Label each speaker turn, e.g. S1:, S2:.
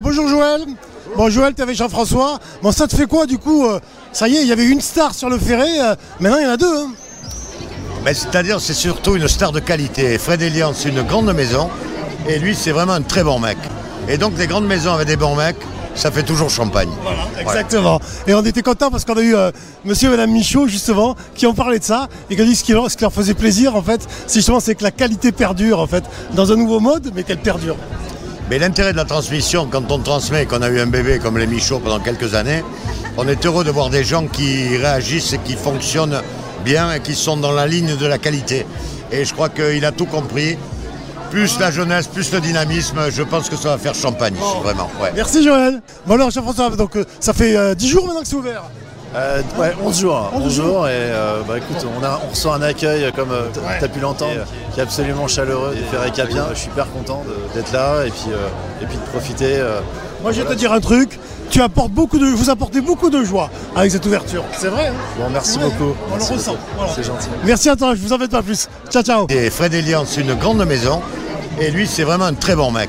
S1: Bonjour Joël. Bon Joël, t'es avec Jean-François. Bon ça te fait quoi du coup euh, Ça y est, il y avait une star sur le ferré, euh, maintenant il y en a deux. hein.
S2: Mais c'est-à-dire, c'est surtout une star de qualité. Fred Elian, c'est une grande maison, et lui, c'est vraiment un très bon mec. Et donc, des grandes maisons avec des bons mecs, ça fait toujours champagne. Voilà.
S1: Exactement. Et on était contents parce qu'on a eu euh, monsieur et madame Michaud justement qui ont parlé de ça et qui ont dit ce qui leur, ce qui leur faisait plaisir en fait, c'est justement c'est que la qualité perdure en fait, dans un nouveau mode, mais qu'elle perdure.
S2: Mais l'intérêt de la transmission, quand on transmet, qu'on a eu un bébé comme les Michauds pendant quelques années, on est heureux de voir des gens qui réagissent et qui fonctionnent bien et qui sont dans la ligne de la qualité. Et je crois qu'il a tout compris. Plus la jeunesse, plus le dynamisme, je pense que ça va faire champagne, vraiment. ouais.
S1: Merci Joël. Bon alors Jean-François, donc euh, ça fait euh, 10 jours maintenant que c'est ouvert.
S3: Euh, ouais, 11 jours.
S1: 11
S3: 11 jours et euh, bah, écoute, on, a, on reçoit un accueil comme euh, t'as- t'as pu l'entendre, qui est- qui est absolument chaleureux, des Ferré Capien. euh, Je suis hyper content de- d'être là et puis, euh, et puis de profiter. euh.
S1: Moi je vais te dire un truc, tu apportes beaucoup de, vous apportez beaucoup de joie avec cette ouverture. C'est vrai. hein
S3: Bon, merci
S1: Ouais,
S3: beaucoup.
S1: On
S3: Merci
S1: le ressent.
S3: beaucoup.
S1: Voilà.
S3: C'est gentil.
S1: Merci à toi, je vous embête pas plus. Ciao ciao.
S2: Et Fred Elian, c'est une grande maison, et lui, c'est vraiment un très bon mec.